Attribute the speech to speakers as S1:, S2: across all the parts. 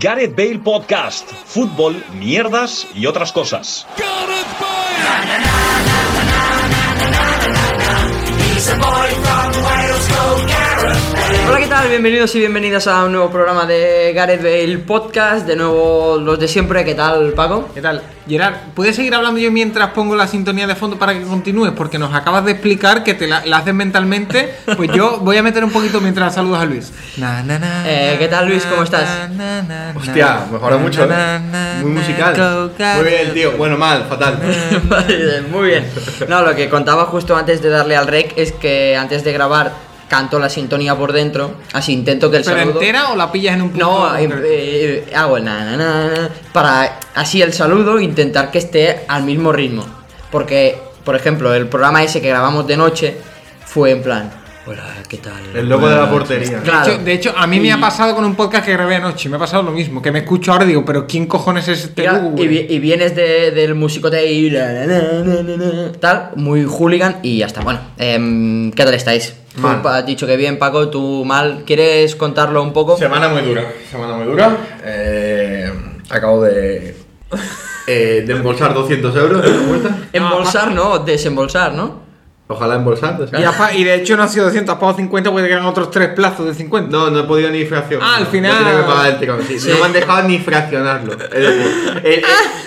S1: Gareth Bale Podcast, fútbol, mierdas y otras cosas.
S2: Hola, ¿qué tal? Bienvenidos y bienvenidas a un nuevo programa de Gareth Bale Podcast. De nuevo, los de siempre. ¿Qué tal, Paco?
S3: ¿Qué tal? Gerard, ¿puedes seguir hablando yo mientras pongo la sintonía de fondo para que continúes? Porque nos acabas de explicar que te la, la haces mentalmente. Pues yo voy a meter un poquito mientras saludas a Luis. Na, na, na,
S2: Eh, ¿qué tal, Luis? ¿Cómo estás?
S3: na, na, na,
S4: Hostia, mejora
S3: na,
S4: mucho,
S3: na,
S4: ¿eh?
S3: na,
S4: Muy
S3: na,
S4: musical.
S3: coca-
S4: Muy bien, tío. Bueno, mal, fatal.
S2: Muy bien. No, lo que contaba justo antes de darle al rec es que antes de grabar canto la sintonía por dentro. Así intento que el
S3: ¿Pero
S2: saludo.
S3: entera o la pillas en un punto?
S2: No, eh,
S3: concreto?
S2: eh, hago el na, na, na, na, para así el saludo intentar que esté al mismo ritmo. Porque, por ejemplo, el programa ese que grabamos de noche fue en plan, hola, ¿qué tal?
S4: El loco de la portería.
S3: De
S2: claro.
S3: hecho- de hecho, a mí me ha pasado con un podcast que grabé anoche. Me ha pasado lo mismo. Que me escucho ahora y digo, ¿pero quién cojones es este
S2: Mira,
S3: Lugo,
S2: y,
S3: güey?
S2: vi- y vienes de- del musicote y la, la, la, la, la, la, tal, muy hooligan y ya está. Bueno, em, ¿qué tal estáis? Tú
S4: Mal.
S2: pa- has dicho que bien, Paco, tú mal. ¿Quieres contarlo un poco?
S4: Semana muy dura. Semana muy dura. Eh, acabo de. eh, de embolsar 200 euros en la vuelta.
S2: Embolsar, ¿no? Desembolsar, ¿no?
S4: Ojalá embolsar. pues,
S3: Y, ha pa- y de hecho no ha sido 200, has pagado 50 porque te quedan otros tres plazos de 50.
S4: No, no he podido ni fraccionar.
S3: Ah, al final.
S4: que pagar el tirón, sí.
S2: Sí.
S4: No me han dejado ni fraccionarlo. Es decir, el- el-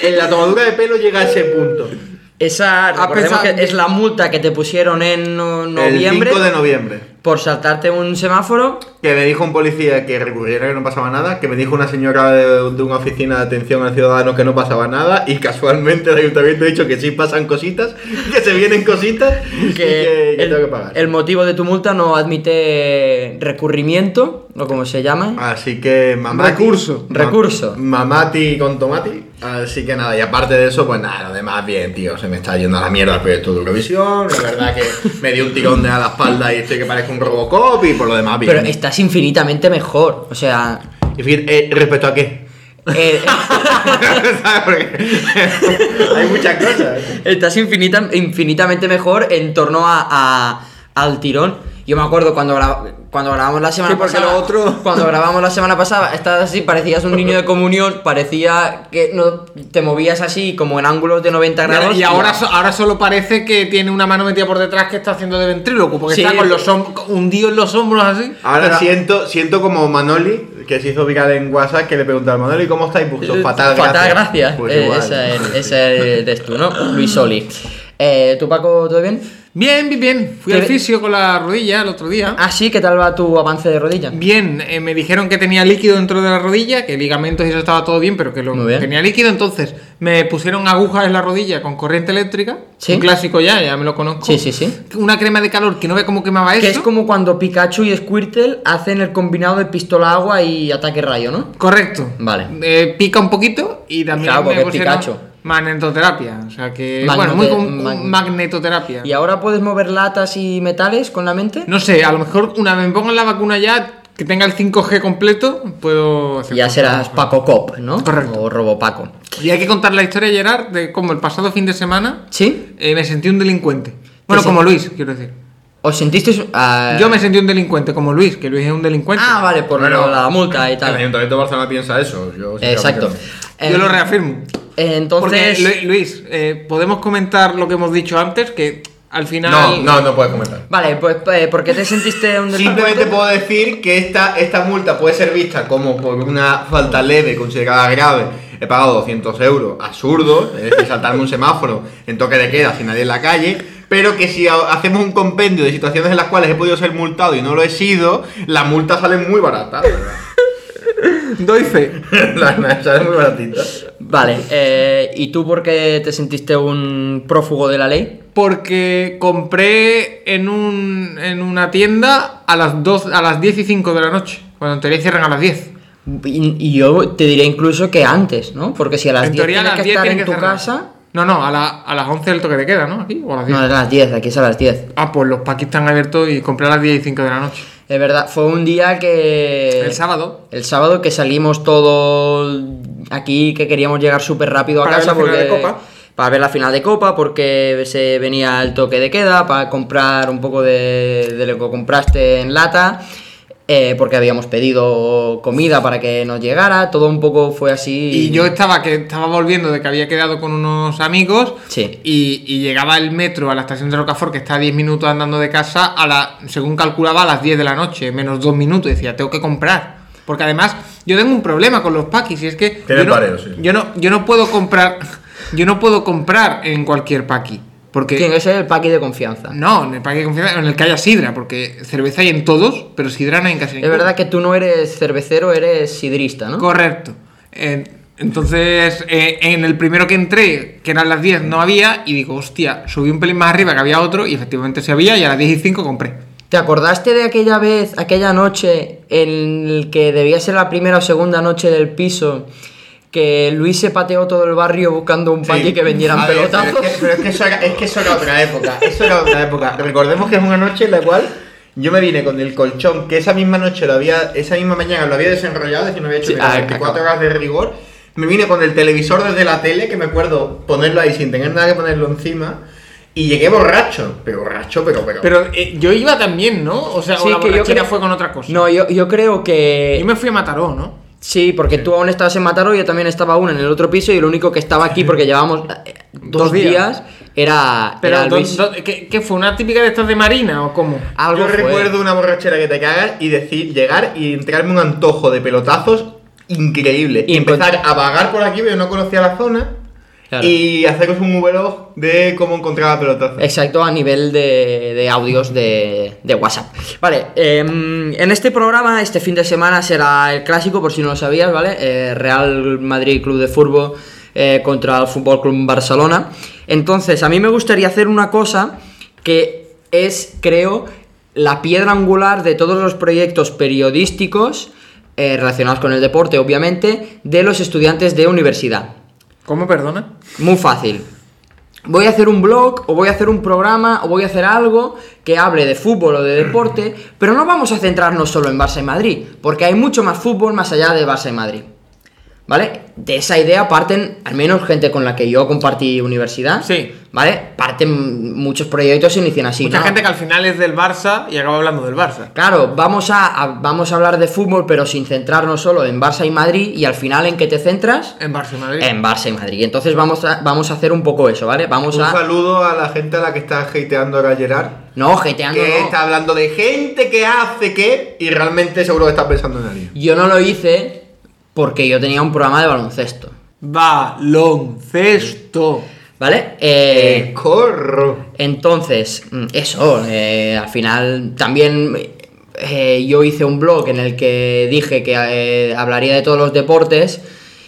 S4: el- la tomadura de pelo llega a ese punto.
S2: Esa, recordemos
S3: pensado-
S2: que es la multa que te pusieron en no- noviembre
S4: El 5 de noviembre.
S2: por saltarte un semáforo.
S4: Que me dijo un policía que recurriera que no pasaba nada, que me dijo una señora de, de una oficina de atención al ciudadano que no pasaba nada y casualmente el ayuntamiento ha dicho que sí pasan cositas, que se vienen cositas y que,
S2: Que
S4: que
S2: el,
S4: tengo que pagar.
S2: el motivo de tu multa no admite recurrimiento, o como se llama.
S4: Así que mamati,
S3: Recurso.
S4: ma-
S2: Recurso.
S4: Mamati con tomati. Así que nada, y aparte de eso, pues nada, lo demás bien, tío. Se me está yendo a la mierda el proyecto de Eurovisión. La verdad que me dio un tirón de a la espalda y estoy que parezco un Robocop y por lo demás bien.
S2: Pero estás infinitamente mejor. O sea.
S4: En fin, eh, ¿respecto a qué?
S2: eh,
S4: ¿Sabes? Porque hay muchas cosas.
S2: estás infinita- infinitamente mejor en torno a, a- al tirón. Yo me acuerdo cuando, gra- cuando grabamos la semana
S3: Sí, porque
S2: pasada.
S3: lo otro-
S2: Cuando grabamos la semana pasada, estabas así, parecías un niño de comunión, parecía que no te movías así, como en ángulos de 90 grados.
S3: Y ahora, so- ahora solo parece que tiene una mano metida por detrás que está haciendo de ventríloco, porque
S2: Sí. Ah.
S3: está con los hom- hundido en los hombros así.
S4: Ahora
S2: Pero-
S4: siento, siento como Manoli, que se hizo viral en WhatsApp, que le preguntó a Manoli, ¿cómo estáis? Puso, fatal, gracias.
S2: Eh, Fatal, gracias.
S4: Pues
S2: Eh,
S4: igual.
S2: esa es- esa eres tú, ¿no? Luis Oli. Eh, ¿Tú, Paco, todo bien?
S3: Bien, bien, bien. Fui
S2: Te
S3: al
S2: ve-
S3: fisio con la rodilla el otro día.
S2: Ah, sí, ¿qué tal va tu avance de rodilla?
S3: Bien, eh, me dijeron que tenía líquido dentro de la rodilla, que ligamentos y eso estaba todo bien, pero que lo
S2: Muy bien.
S3: tenía líquido, entonces me pusieron agujas en la rodilla con corriente eléctrica,
S2: Sí.
S3: un clásico ya, ya me lo conozco.
S2: Sí, sí, sí.
S3: Una crema de calor que no ve cómo quemaba eso.
S2: Que es como cuando Pikachu y Squirtle hacen el combinado de pistola agua y ataque rayo, ¿no?
S3: Correcto.
S2: Vale.
S3: Eh, pica un poquito y también
S2: Claro, porque
S3: me
S2: es
S3: pusieron
S2: Pikachu.
S3: magnetoterapia, o sea que
S2: Magnete-
S3: bueno, muy con-
S2: mag-
S3: magnetoterapia.
S2: ¿Y ahora puedes mover latas y metales con la mente?
S3: No sé, a lo mejor una vez me pongan la vacuna ya que tenga el 5G completo, puedo hacer
S2: Ya
S3: cosas.
S2: serás Paco Cop, ¿no?
S3: Correcto.
S2: O Robopaco.
S3: Y hay que contar la historia Gerard de cómo el pasado fin de semana
S2: ¿Sí?
S3: Eh, me sentí un delincuente. Bueno,
S2: sí.
S3: como Luis, quiero decir.
S2: ¿Os sentisteis...? ah,
S3: Yo me sentí un delincuente, como Luis, que Luis es un delincuente.
S2: Ah, vale, por
S4: Bueno,
S2: la multa y
S4: El
S2: tal.
S4: Ayuntamiento de Barcelona piensa eso. Yo, sinceramente,
S2: Exacto.
S4: no.
S3: Yo lo
S2: Em,
S3: reafirmo.
S2: Entonces...
S3: Porque, Lu- Luis, eh, ¿podemos comentar lo que hemos dicho antes? Que al final.
S4: No, no, no puedes comentar.
S2: Vale, pues eh, ¿por qué te sentiste un
S4: Simplemente
S2: delincuente?
S4: puedo decir que esta, esta multa puede ser vista como por una falta leve considerada grave. He pagado 200 euros, absurdo, es decir, saltarme un semáforo en toque de queda sin nadie en la calle. Pero que si ha- hacemos un compendio de situaciones en las cuales he podido ser multado y no lo he sido, la multa sale muy barata.
S3: Doy fe.
S4: La verdad, sale muy baratita.
S2: Vale, eh, ¿y tú por qué te sentiste un prófugo de la ley?
S3: Porque compré en, un, en una tienda a las, 2, a las 10 y 5 de la noche. Cuando en teoría cierran a las 10.
S2: Y, y yo te diré incluso que antes, ¿no? Porque si a las
S3: en
S2: 10
S3: teoría
S2: tienes
S3: a las
S2: que
S3: 10
S2: estar en
S3: tiene
S2: tu
S3: que cerrar.
S2: casa...
S3: No, no, a, la- a las 11 el toque de queda, ¿no? Aquí, o a las 10.
S2: No, es a las 10, aquí es a las 10.
S3: Ah, pues los paquis están abiertos y compré a las 10 y 5 de la noche.
S2: Es verdad, fue un día que...
S3: el sábado.
S2: El sábado que salimos todos aquí, que queríamos llegar súper rápido a
S3: Para ver
S2: casa
S3: la final
S2: porque...
S3: de Copa.
S2: Para ver la final de Copa, porque se venía el toque de queda, para comprar un poco de, de lo que compraste en lata. eh, porque habíamos pedido comida para que nos llegara, todo un poco fue así.
S3: Y yo estaba que estaba volviendo de que había quedado con unos amigos
S2: Sí.
S3: y, y llegaba el metro a la estación de Rocafort, que está a 10 minutos andando de casa, a la, según calculaba, a las 10 de la noche, menos 2 minutos. Decía, tengo que comprar. Porque además, yo tengo un problema con los paquis, y es que.
S4: Tienen
S3: yo no,
S4: pareo, sí.
S3: yo no, yo no puedo comprar. Yo no puedo comprar en cualquier paqui. Porque.
S2: Tiene que ser el paqui de confianza.
S3: No, en el paqui de confianza, en el que haya sidra, porque cerveza hay en todos, pero sidra no hay en casi
S2: Es verdad que tú no eres cervecero, eres sidrista, ¿no?
S3: Correcto. Eh, entonces, eh, en el primero que entré, que eran las 10, no había, y digo, hostia, subí un pelín más arriba que había otro, y efectivamente se había, y a las 10 y 5 compré.
S2: ¿Te acordaste de aquella vez, aquella noche, en el que debía ser la primera o segunda noche del piso, que Luis se pateó todo el barrio buscando un paqui
S4: Sí.
S2: que vendieran
S4: A ver,
S2: pelotazos?
S4: Pero, es que, pero es que eso era, es que eso era otra época. Eso era otra época. Recordemos que es una noche en la cual yo me vine con el colchón, que esa misma noche lo había, esa misma mañana lo había desenrollado, es decir, no había hecho
S2: Sí,
S4: ni las
S2: ah,
S4: 24 horas de rigor. Me vine con el televisor desde la tele, que me acuerdo ponerlo ahí sin tener nada que ponerlo encima. Y llegué borracho, pero borracho, pero pero.
S3: Pero eh, yo iba también, ¿no? O sea, o
S2: Sí,
S3: la
S2: que yo
S3: borrachera
S2: creo-
S3: fue con otra cosa.
S2: No, yo, yo creo que...
S3: Yo me fui a Mataró, ¿no?
S2: Sí, porque tú aún estabas en Mataró, yo también estaba aún en el otro piso y lo único que estaba aquí, porque llevábamos eh, dos,
S3: Dos
S2: días.
S3: días.
S2: era,
S3: Pero,
S2: era
S3: do-
S2: Luis.
S3: do- ¿qué, qué fue? ¿Una típica de estas de Marina o cómo?
S2: Algo
S4: yo
S2: fue.
S4: recuerdo una borrachera que te cagas y decir, llegar y entrarme un antojo de pelotazos increíble.
S2: Y
S4: Y empezar
S2: encont-
S4: a vagar por aquí, pero yo no conocía la zona.
S2: Claro.
S4: Y haceros un reloj de cómo encontraba pelotazos.
S2: Exacto, a nivel de, de audios de, de WhatsApp. Vale, em, en este programa, este fin de semana será el clásico, por si no lo sabías, ¿vale? Eh, Real Madrid Club de Fútbol eh, contra el Fútbol Club Barcelona. Entonces, a mí me gustaría hacer una cosa que es, creo, la piedra angular de todos los proyectos periodísticos eh, relacionados con el deporte, obviamente, de los estudiantes de universidad.
S3: ¿Cómo, perdona?
S2: Muy fácil. Voy a hacer un blog, o voy a hacer un programa, o voy a hacer algo que hable de fútbol o de deporte, pero no vamos a centrarnos solo en Barça y Madrid, porque hay mucho más fútbol más allá de Barça y Madrid. ¿Vale? De esa idea parten, al menos gente con la que yo compartí universidad.
S3: Sí.
S2: ¿Vale? Parten muchos proyectos y inician así.
S3: Mucha
S2: ¿no?
S3: gente que al final es del Barça y acaba hablando del Barça.
S2: Claro, vamos a, a- vamos a hablar de fútbol, pero sin centrarnos solo en Barça y Madrid, y al final, ¿en qué te centras?
S3: En Barça y Madrid.
S2: En Barça y Madrid. Entonces vamos a, vamos a hacer un poco eso, ¿vale? Vamos
S4: Un
S2: a.
S4: saludo a la gente a la que está hateando ahora Gerard.
S2: No, jeteando
S4: Que
S2: no.
S4: está hablando de gente que hace qué y realmente seguro que está pensando en alguien.
S2: Yo no lo hice porque yo tenía un programa de baloncesto.
S3: Baloncesto.
S2: ¿Vale? Eh,
S4: Eh, corro.
S2: Entonces, mm, eso, eh, al final también eh, yo hice un blog en el que dije que eh, hablaría de todos los deportes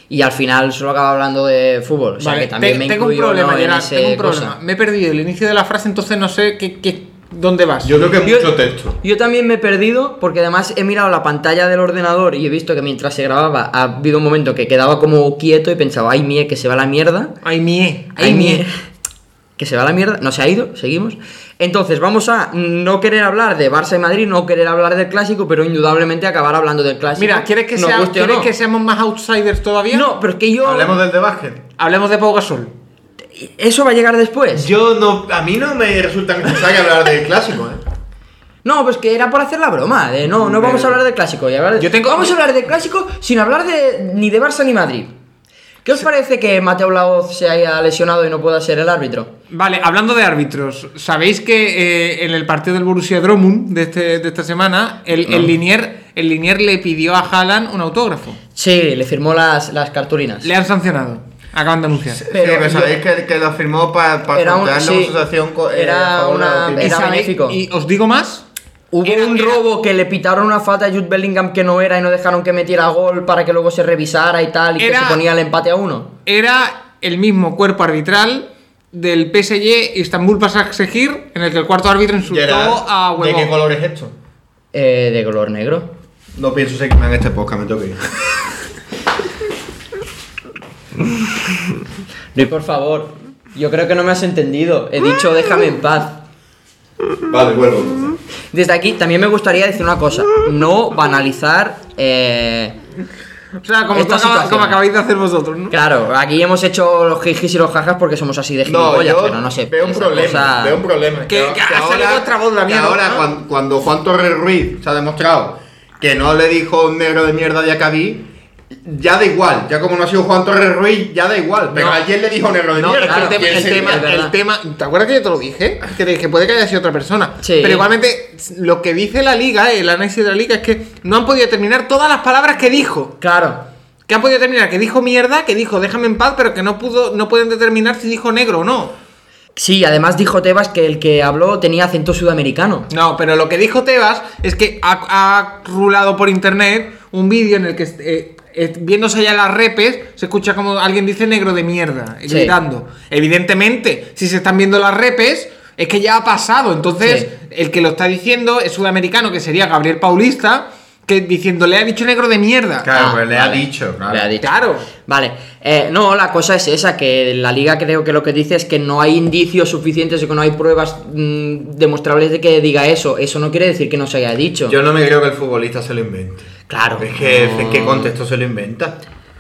S2: y al final solo acabo hablando de fútbol. O sea
S3: Vale,
S2: que también
S3: te-
S2: me
S3: tengo un
S2: incluyo,
S3: problema,
S2: ¿no? en
S3: Gerard,
S2: ese
S3: tengo un problema.
S2: cosa.
S3: Me he perdido el inicio de la frase, entonces no sé qué, qué- dónde vas.
S4: Yo creo que
S2: Yo-
S4: mucho texto.
S2: Yo también me he perdido porque además he mirado la pantalla del ordenador y he visto que mientras se grababa ha habido un momento que quedaba como quieto y pensaba, ay mía, que se va la mierda.
S3: Ay, mie, ay, E.
S2: Ay, E.
S3: mie.
S2: mie- Que se va a la mierda, no se ha ido, seguimos. Entonces, vamos a no querer hablar de Barça y Madrid, no querer hablar del clásico, pero indudablemente acabar hablando del clásico.
S3: Mira, ¿quieres que,
S2: Nos
S3: sea-
S2: guste o
S3: ¿quieres
S2: no.
S3: que seamos más outsiders todavía?
S2: No, pero es que yo.
S4: Hablemos del de básquet.
S3: Hablemos de Pau Gasol.
S2: Eso va a llegar después.
S4: Yo no, a mí no me resulta necesario hablar del clásico, eh.
S2: No, pues que era por hacer la broma. de no, no vamos a hablar del clásico. y hablar de-
S3: Yo tengo-
S2: Vamos a hablar del clásico sin hablar de ni de Barça ni Madrid. ¿Qué os parece que Mateo Laoz se haya lesionado y no pueda ser el árbitro?
S3: Vale, hablando de árbitros, ¿sabéis que eh, en el partido del Borussia Dortmund de, este, de esta semana, el, el Linier, el Linier le pidió a Haaland un autógrafo?
S2: Sí, le firmó las, las cartulinas.
S3: Le han sancionado. Acaban de anunciar.
S2: Pero
S4: Pero, sí, pero
S2: yo-
S4: sabéis que, que lo firmó para pa
S2: Era un-
S4: contar la
S2: sí.
S4: asociación co- eh, a
S2: Era
S4: favor de
S2: una-
S4: los
S2: era-
S4: autistas.
S3: ¿Y sabéis-
S2: benéfico.
S3: Y os digo más.
S2: Hubo
S3: Era-
S2: un
S3: era-
S2: robo que le pitaron una falta a Jude Bellingham que no era y no dejaron que metiera gol para que luego se revisara y tal y
S3: Era-
S2: que se ponía el empate a uno.
S3: era el mismo cuerpo arbitral del PSG Istanbul Basaksehir en el que el cuarto árbitro insultó
S4: Gerard,
S3: a
S4: ¿De qué
S3: Huevón.
S4: color es esto?
S2: Eh, de color negro.
S4: No pienso seguirme en este podcast, me tengo que ir.
S2: Luis, por favor, yo creo que no me has entendido. He
S3: Mm.
S2: dicho déjame en paz.
S4: Vale, vuelvo. entonces.
S2: Desde aquí también me gustaría decir una cosa. No banalizar... eh,
S3: O sea, como,
S2: Esta
S3: tú acabas-
S2: situación.
S3: como acabáis de hacer vosotros, ¿no?
S2: Claro, aquí hemos hecho los jijis y los jajas porque somos así de
S4: No,
S2: gilipollas,
S4: yo
S2: pero no sé.
S4: veo un
S2: esa
S4: problema,
S2: cosa-
S4: veo un problema.
S3: Que- que ha salido otra voz la
S4: que
S3: mía, ¿no?
S4: ahora
S3: Ah.
S4: cuan- cuando, Juan Torres Ruiz se ha demostrado que no le dijo un negro de mierda de Acabí, ya da igual. Ya como no ha sido Juan Torres Ruiz, ya da igual. Pero
S3: No.
S4: ayer le dijo negro de
S3: No,
S4: mierda.
S2: claro,
S4: ¿quién
S3: el, tema, el,
S4: sería?
S3: tema,
S2: es verdad.
S3: el tema- ¿te acuerdas que yo te lo dije? Que te dije, puede que haya sido otra persona.
S2: Sí.
S3: Pero igualmente, lo que dice la liga, eh, el análisis de la liga, es que no han podido terminar todas las palabras que dijo.
S2: Claro.
S3: Que han podido terminar, que dijo mierda, que dijo déjame en paz, pero que no pudo, no pueden determinar si dijo negro o no.
S2: Sí, además dijo Tebas que el que habló tenía acento sudamericano.
S3: No, pero lo que dijo Tebas es que ha, ha rulado por internet un vídeo en el que eh, eh, viéndose ya las repes se escucha como alguien dice negro de mierda
S2: Sí.
S3: gritando. Evidentemente, si se están viendo las repes es que ya ha pasado. Entonces,
S2: Sí.
S3: el que lo está diciendo es sudamericano, que sería Gabriel Paulista, que diciéndole ha dicho negro de mierda.
S4: Claro,
S2: Ah,
S4: pues le
S2: vale.
S4: ha dicho. Claro.
S2: Le ha dicho.
S3: Claro.
S2: Vale, eh, no, la cosa es esa, que la liga creo que lo que dice es que no hay indicios suficientes o que no hay pruebas mm, demostrables de que diga eso. Eso no quiere decir que no se haya dicho.
S4: Yo no me creo que el futbolista se lo invente.
S2: Claro.
S4: Es que,
S2: no.
S4: es que contexto se lo inventa.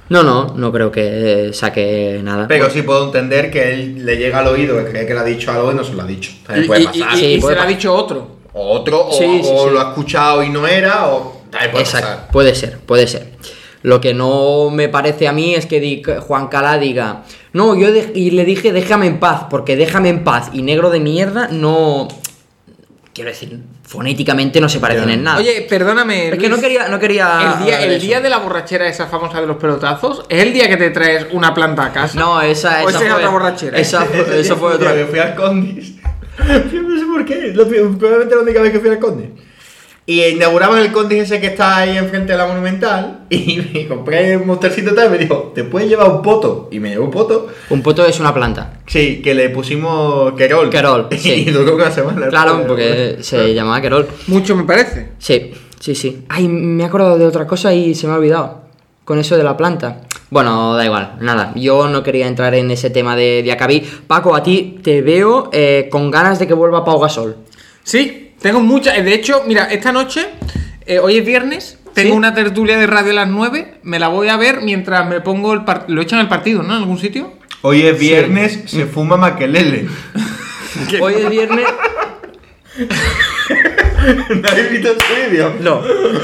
S2: No, no, no creo que eh, saque nada.
S4: Pero sí puedo entender que él le llega al oído que cree que le ha dicho algo y no se lo ha dicho. También
S3: Y-
S4: eh, puede
S3: Ah, y-
S4: pasar.
S3: y-
S2: Sí,
S3: y
S2: puede
S3: se lo ha
S2: pasar.
S3: dicho otro.
S4: O otro, o,
S2: Sí, sí,
S4: o
S2: sí.
S4: lo ha escuchado y no era, o también puede
S2: Exacto,
S4: pasar.
S2: puede ser, puede ser. Lo que no me parece a mí es que di- que Juan Cala diga, no, yo de- y le dije déjame en paz, porque déjame en paz y negro de mierda no... Quiero decir, fonéticamente no se parecen
S4: Ya.
S2: en nada.
S3: Oye, perdóname.
S2: Ah. es que no
S3: Luis.
S2: quería... No quería
S3: El día,
S2: hablar
S3: el
S2: de
S3: día
S2: eso.
S3: de la borrachera esa famosa de los pelotazos, ¿es el día que te traes una planta a casa?
S2: No, esa,
S3: O
S2: esa
S3: Pues esa es
S2: fue...
S3: otra borrachera.
S2: Esa,
S4: Ese
S2: fue-
S4: día
S2: esa fue
S4: un día
S2: otra...
S4: que fui al Condis. Yo no sé por qué. lo- probablemente la única vez que fui al Condis. Y inauguraban el Condis ese que está ahí enfrente de la Monumental. Y me compré un monstercito tal. Y me dijo, ¿te puedes llevar un poto? Y me llevó un poto.
S2: Un poto es una planta.
S4: Sí, que le pusimos Querol.
S2: Querol, sí.
S4: Y duró una semana.
S2: Claro, porque se llamaba Querol.
S3: Mucho me parece.
S2: Sí, sí, sí. Ay, me he acordado de otra cosa y se me ha olvidado. Con eso de la planta. Bueno, da igual, nada. Yo no quería entrar en ese tema de Diacabí. Paco, a ti te veo eh, con ganas de que vuelva Pau Gasol.
S3: Sí, tengo muchas. De hecho, mira, esta noche, eh, hoy es viernes, tengo
S2: ¿Sí?
S3: una tertulia de radio a las 9, me la voy a ver mientras me pongo el partido. Lo echan el partido, ¿no? ¿En algún sitio?
S4: Hoy es viernes,
S2: Mm.
S4: se fuma maquelele.
S2: Hoy es viernes.
S4: ¿No habéis visto ese vídeo?
S2: No,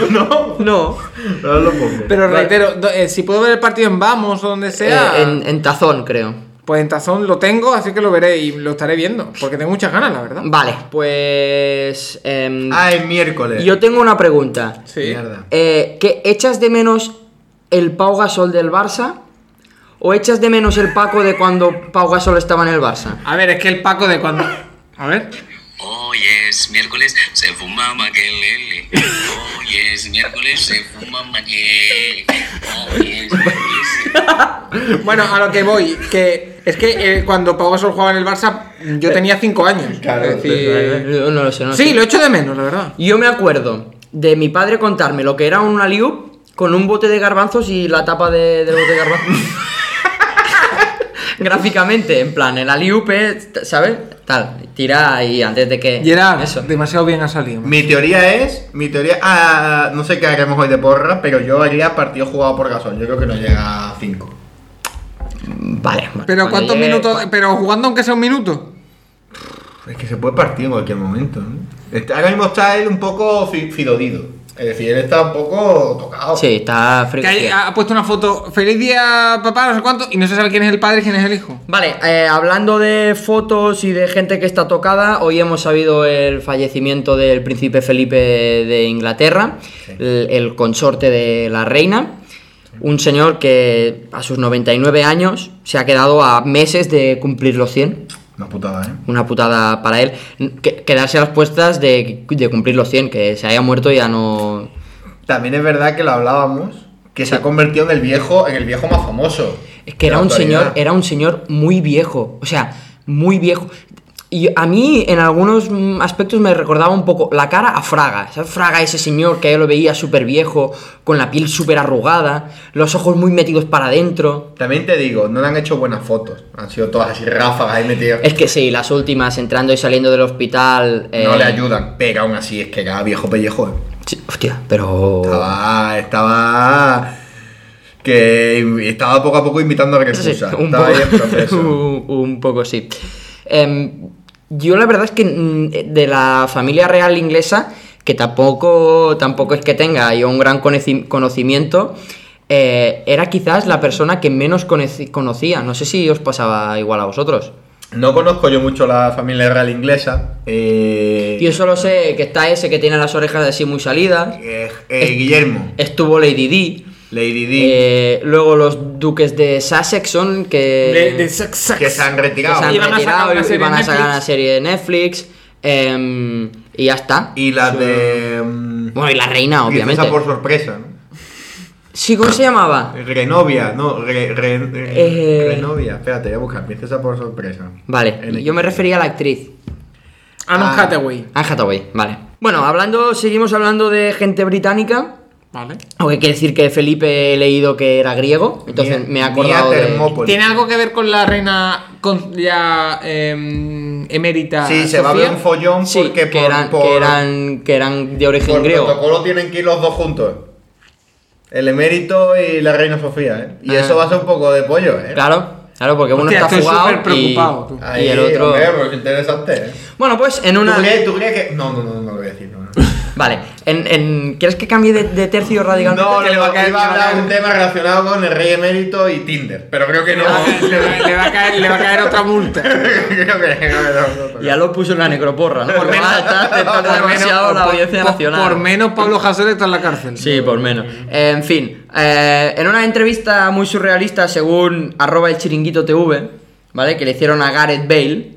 S4: No.
S2: no. Eh,
S4: No lo pongo.
S3: Pero reitero, do- eh, si puedo ver el partido en Vamos o donde sea,
S2: Eh, en, en tazón, creo.
S3: pues en Tazón lo tengo, así que lo veré y lo estaré viendo, porque tengo muchas ganas, la verdad.
S2: Vale, pues. em,
S4: Ah, es miércoles.
S2: yo tengo una pregunta.
S3: Sí.
S4: Mierda.
S2: Eh, ¿qué- ¿Echas de menos el Pau Gasol del Barça? ¿O echas de menos el Paco de cuando Pau Gasol estaba en el Barça?
S3: A ver, es que el Paco de cuando... A ver.
S5: Hoy es miércoles, se fuma maquelele. Hoy es miércoles, se fuma maquelele. Hoy es miércoles. se-
S3: Bueno, a lo que voy, que es que eh, cuando Pau Gasol jugaba en el Barça,
S2: Eh,
S3: yo tenía 5 años.
S4: Claro,
S3: Es decir,
S2: Yo no lo sé, pues, eh, no lo
S3: sí,
S2: sé.
S3: lo echo de menos, la verdad.
S2: Yo me acuerdo de mi padre contarme lo que era un aliup con un bote de garbanzos y la tapa de- del bote de garbanzos. Gráficamente, en plan, el aliup es, t- ¿sabes? Tal, tira y antes de que...
S3: Gerard,
S2: Eso.
S3: demasiado bien ha salido.
S4: Mi teoría es, mi teoría, ah, no sé qué haremos hoy de porra, pero yo haría partido jugado por Gasol. Yo creo que no llega a 5.
S2: Vale. bueno, cuando
S3: Pero cuántos
S2: llegue-
S3: minutos, pero jugando aunque sea un minuto.
S4: Es que se puede partir en cualquier momento. ¿no? Está- ahora mismo está él un poco fi- fidodido. Es decir, él está un poco tocado.
S2: Sí, está
S3: Que
S2: frío.
S3: ahí ha puesto una foto, feliz día papá, no sé cuánto, y no se sabe quién es el padre y quién es el hijo.
S2: Vale, eh, hablando de fotos y de gente que está tocada, hoy hemos sabido el fallecimiento del príncipe Felipe de Inglaterra, el, el consorte de la reina, un señor que a sus 99 años se ha quedado a meses de cumplir los 100.
S4: Una putada, ¿eh?
S2: Una putada para él. Que- quedarse a las puestas de, de cumplir los 100, que se haya muerto ya no...
S4: También es verdad que lo hablábamos, que se ha convertido en el viejo, en el viejo más famoso.
S2: Es que
S4: de
S2: era
S4: la
S2: un señor,
S4: actualidad.
S2: era un señor muy viejo, o sea, muy viejo. Y a mí en algunos mm, aspectos me recordaba un poco la cara a Fraga. ¿Sabes? Fraga ese señor que yo lo veía súper viejo, con la piel súper arrugada, los ojos muy metidos para adentro.
S4: También te digo, no le han hecho buenas fotos. Han sido todas así ráfagas ahí metidas.
S2: Es que sí, las últimas entrando y saliendo del hospital... eh,
S4: No le ayudan, pero aún así es que era viejo pellejo. ¿eh?
S2: sí, hostia, pero... Oh.
S4: Estaba, estaba. Que estaba poco a poco invitando a
S2: Sí,
S4: reclusa.
S2: un,
S4: estaba ahí en
S2: poco,
S4: proceso.
S2: un, un poco sí. Em, yo la verdad es que mm, de la familia real inglesa que tampoco, tampoco es que tenga yo un gran coneci- conocimiento, eh, era quizás la persona que menos coneci- conocía. No sé si os pasaba igual a vosotros.
S4: No conozco yo mucho la familia real inglesa. Eh,
S2: Yo solo sé que está ese que tiene las orejas así muy salidas.
S4: eh, eh, Guillermo,
S2: Estuvo Lady D.
S4: Lady D,
S2: Eh, luego los duques de Sussex son Eh, que...
S3: De, de sac, sac.
S4: que se han
S2: que se
S4: retirado.
S2: han
S3: Y van a sacar
S2: retirado
S3: una
S2: y
S3: serie
S2: van
S3: en
S2: a sacar
S3: Netflix.
S2: una serie de Netflix. em, y ya está.
S4: Y la de. mm,
S2: Bueno, y la reina, obviamente.
S4: Princesa por sorpresa, ¿no?
S2: Sí, ¿cómo se llamaba?
S4: Renovia, no, re, re- re-
S2: Eh.
S4: Renovia. Espérate, voy a buscar. Princesa por sorpresa.
S2: Vale,
S4: Eh, En-
S2: yo me refería a la actriz.
S3: Anne
S4: Ah.
S3: Hathaway.
S2: Anne Hathaway, vale. Bueno, hablando, seguimos hablando de gente británica.
S3: Vale.
S2: Aunque quiere decir que Felipe he leído que era griego, entonces
S4: Mía-
S2: me he
S4: Mía
S2: acordado de...
S4: Termópolis.
S3: ¿Tiene algo que ver con la reina con ya em, emérita?
S4: Sí, se va a ver
S3: Sofía?
S4: un follón
S2: Sí,
S4: porque
S2: que,
S4: por,
S2: eran,
S4: por-
S2: que, eran, que eran de origen
S4: por
S2: griego.
S4: protocolo tienen que ir los dos juntos. El emérito y la reina Sofía, ¿eh? Y
S2: Ah.
S4: eso va a ser un poco de pollo, ¿eh?
S2: Claro, claro, porque uno
S3: Hostia,
S2: está
S3: estoy
S2: jugado
S3: súper
S2: y,
S3: preocupado, tú.
S2: y
S4: Ahí,
S2: el otro...
S4: hombre, pues interesante, ¿eh?
S2: Bueno, pues en una...
S4: ¿Tú, crees, tú crees que.? No, no, no, no, lo voy a decir. No, no.
S2: Vale, en, en- ¿quieres que cambie de, de tercio
S4: No,
S2: radicalmente?
S4: no,
S3: que le va a caer-
S4: iba a
S3: le va a
S4: hablar de un
S3: caer-
S4: tema relacionado con el rey emérito y Tinder, pero creo que
S3: Le
S4: no.
S2: Ah,
S3: va, a caer- Ah, le va- le va a caer, le va a caer otra multa.
S4: creo que, creo que no, no.
S2: Ya lo puso en la necroporra, ¿no? Por menos está afectando demasiado la
S3: por-
S2: audiencia
S3: por-
S2: nacional.
S3: por menos Pablo Hasél está en la cárcel.
S2: Sí, por menos. Eh, en fin, eh, en una entrevista muy surrealista, según arroba el chiringuito TV, ¿vale? Que le hicieron a Gareth Bale.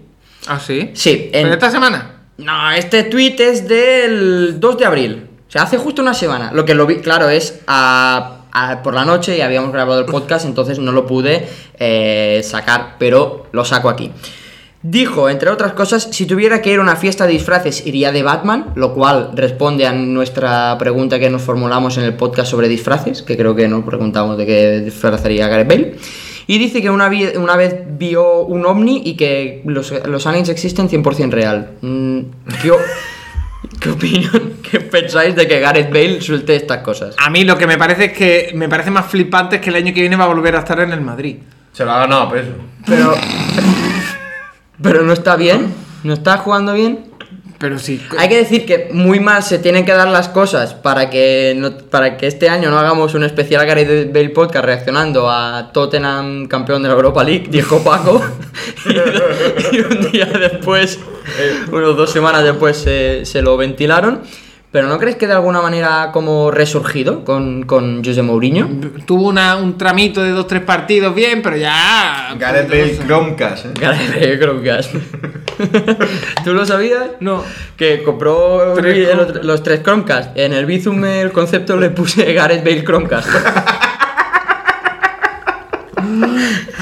S3: ¿Ah, sí?
S2: Sí, en-
S3: ¿Pero esta semana?
S2: No, este tweet es del 2 de abril. O sea, hace justo una semana. Lo que lo vi, claro, es a- a- por la noche y habíamos grabado el podcast, entonces no lo pude eh, sacar, pero lo saco aquí. Dijo, entre otras cosas, si tuviera que ir a una fiesta de disfraces, iría de Batman, lo cual responde a nuestra pregunta que nos formulamos en el podcast sobre disfraces, que creo que nos preguntamos de qué disfrazaría Gareth Bale. Y dice que una, vi- una vez vio un ovni y que los, los aliens existen 100% real. Mm, ¿Qué, o- qué opinión, qué pensáis de que Gareth Bale suelte estas cosas?
S3: A mí lo que me parece es que me parece más flipante es que el año que viene va a volver a estar en el Madrid.
S4: Se lo ha ganado peso.
S2: Pero, pero no está bien, no está jugando bien.
S3: Pero sí.
S2: Hay que decir que muy mal se tienen que dar las cosas para que, no- para que este año no hagamos un especial Gareth Bale podcast reaccionando a Tottenham campeón de la Europa League, dijo Paco. y, y un día después, unos dos semanas después, se, se lo ventilaron. Pero ¿no crees que de alguna manera ha como resurgido con, con José
S3: Mm.
S2: Mourinho?
S3: Tuvo una- un tramito de dos, tres partidos bien, pero ya.
S4: Gareth Bale Chromecast, ¿eh?
S2: Gareth Bale, creo que has- ¿Tú lo sabías?
S3: No.
S2: Que compró
S3: Tres
S2: el- el-
S3: Chromecast.
S2: los tres Chromecast. En el Bizum el concepto le puse Gareth Bale Chromecast.